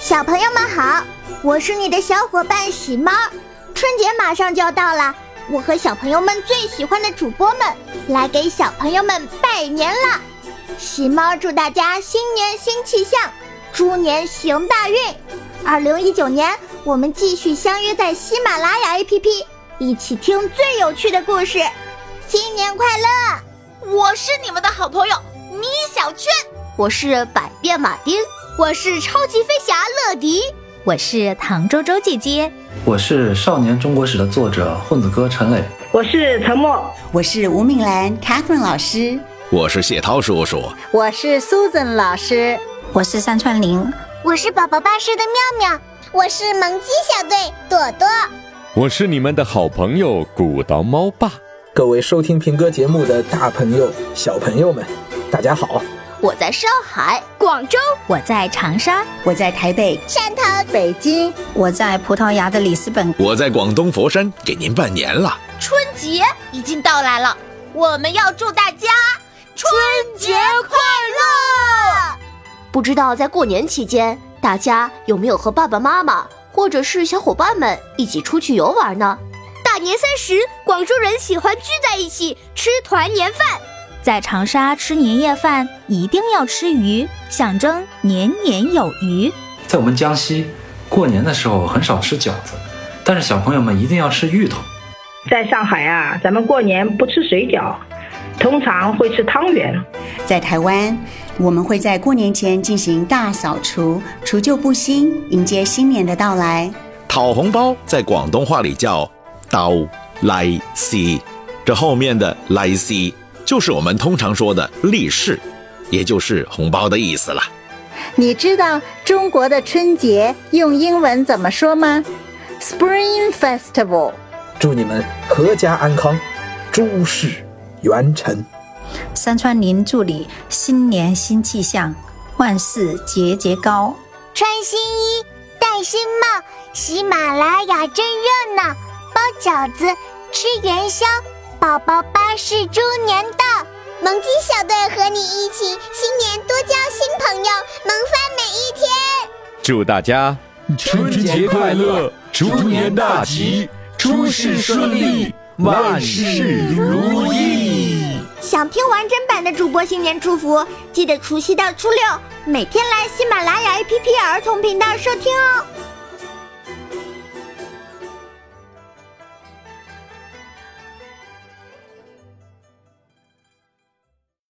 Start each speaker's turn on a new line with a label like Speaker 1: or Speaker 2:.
Speaker 1: 小朋友们好，我是你的小伙伴喜猫。春节马上就要到了，我和小朋友们最喜欢的主播们来给小朋友们拜年啦！喜猫祝大家新年新气象，猪年行大运。二零一九年，我们继续相约在喜马拉雅 APP，一起听最有趣的故事。新年快乐！
Speaker 2: 我是你们的好朋友米小圈，
Speaker 3: 我是百变马丁。
Speaker 4: 我是超级飞侠乐迪，
Speaker 5: 我是唐周周姐姐，
Speaker 6: 我是《少年中国史》的作者混子哥陈磊，
Speaker 7: 我是陈默，
Speaker 8: 我是吴敏兰 Catherine 老师，
Speaker 9: 我是谢涛叔叔，
Speaker 10: 我是 Susan 老师，
Speaker 11: 我是山川林，
Speaker 12: 我是宝宝巴士的妙妙，我是萌鸡小队朵朵，
Speaker 13: 我是你们的好朋友古刀猫爸。
Speaker 14: 各位收听平哥节目的大朋友、小朋友们，大家好。
Speaker 3: 我在上海、
Speaker 4: 广州，
Speaker 5: 我在长沙，
Speaker 8: 我在台北、
Speaker 12: 汕头、
Speaker 11: 北京，我在葡萄牙的里斯本，
Speaker 9: 我在广东佛山给您拜年了。
Speaker 2: 春节已经到来了，我们要祝大家
Speaker 15: 春节快乐！
Speaker 3: 不知道在过年期间，大家有没有和爸爸妈妈或者是小伙伴们一起出去游玩呢？
Speaker 4: 大年三十，广州人喜欢聚在一起吃团年饭。
Speaker 5: 在长沙吃年夜饭一定要吃鱼，象征年年有余。
Speaker 6: 在我们江西，过年的时候很少吃饺子，但是小朋友们一定要吃芋头。
Speaker 7: 在上海啊，咱们过年不吃水饺，通常会吃汤圆。
Speaker 8: 在台湾，我们会在过年前进行大扫除，除旧布新，迎接新年的到来。
Speaker 9: 讨红包在广东话里叫“刀来西”，这后面的“来西”。就是我们通常说的利是，也就是红包的意思了。
Speaker 11: 你知道中国的春节用英文怎么说吗？Spring Festival。
Speaker 14: 祝你们阖家安康，诸事圆成。
Speaker 11: 山川林助理，新年新气象，万事节节高。
Speaker 12: 穿新衣，戴新帽，喜马拉雅真热闹，包饺子，吃元宵。宝宝巴士周年到，
Speaker 15: 萌鸡小队和你一起新年多交新朋友，萌翻每一天。
Speaker 13: 祝大家
Speaker 16: 春节快乐，猪年大吉，诸事顺利，万事如意。
Speaker 1: 想听完整版的主播新年祝福，记得除夕到初六每天来喜马拉雅 APP 儿童频道收听哦。